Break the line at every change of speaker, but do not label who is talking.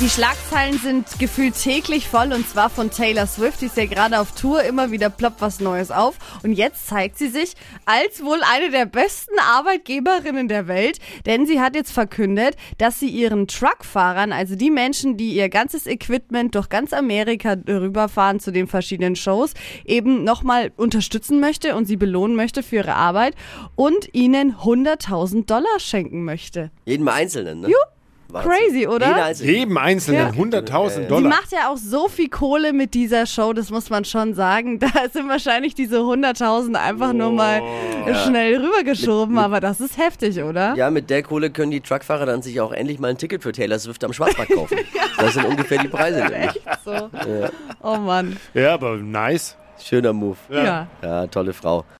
Die Schlagzeilen sind gefühlt täglich voll und zwar von Taylor Swift. Die ist ja gerade auf Tour, immer wieder ploppt was Neues auf. Und jetzt zeigt sie sich als wohl eine der besten Arbeitgeberinnen der Welt, denn sie hat jetzt verkündet, dass sie ihren Truckfahrern, also die Menschen, die ihr ganzes Equipment durch ganz Amerika rüberfahren zu den verschiedenen Shows, eben nochmal unterstützen möchte und sie belohnen möchte für ihre Arbeit und ihnen 100.000 Dollar schenken möchte.
Jedem Einzelnen, ne?
Ju,
Wahnsinn.
Crazy, oder?
Jeder Einzelne.
Jedem Einzelnen
Ja.
100.000
Die
Dollar.
macht ja auch so viel Kohle mit dieser Show, das muss man schon sagen. Da sind wahrscheinlich diese 100.000 einfach nur mal schnell rübergeschoben, aber das ist heftig, oder?
Ja, mit der Kohle können die Truckfahrer dann sich auch endlich mal ein Ticket für Taylor Swift am Schwarzmarkt kaufen. Das sind ungefähr die Preise. nämlich.
So. Oh Mann.
Ja, aber nice.
Schöner Move.
Ja.
Ja, tolle Frau.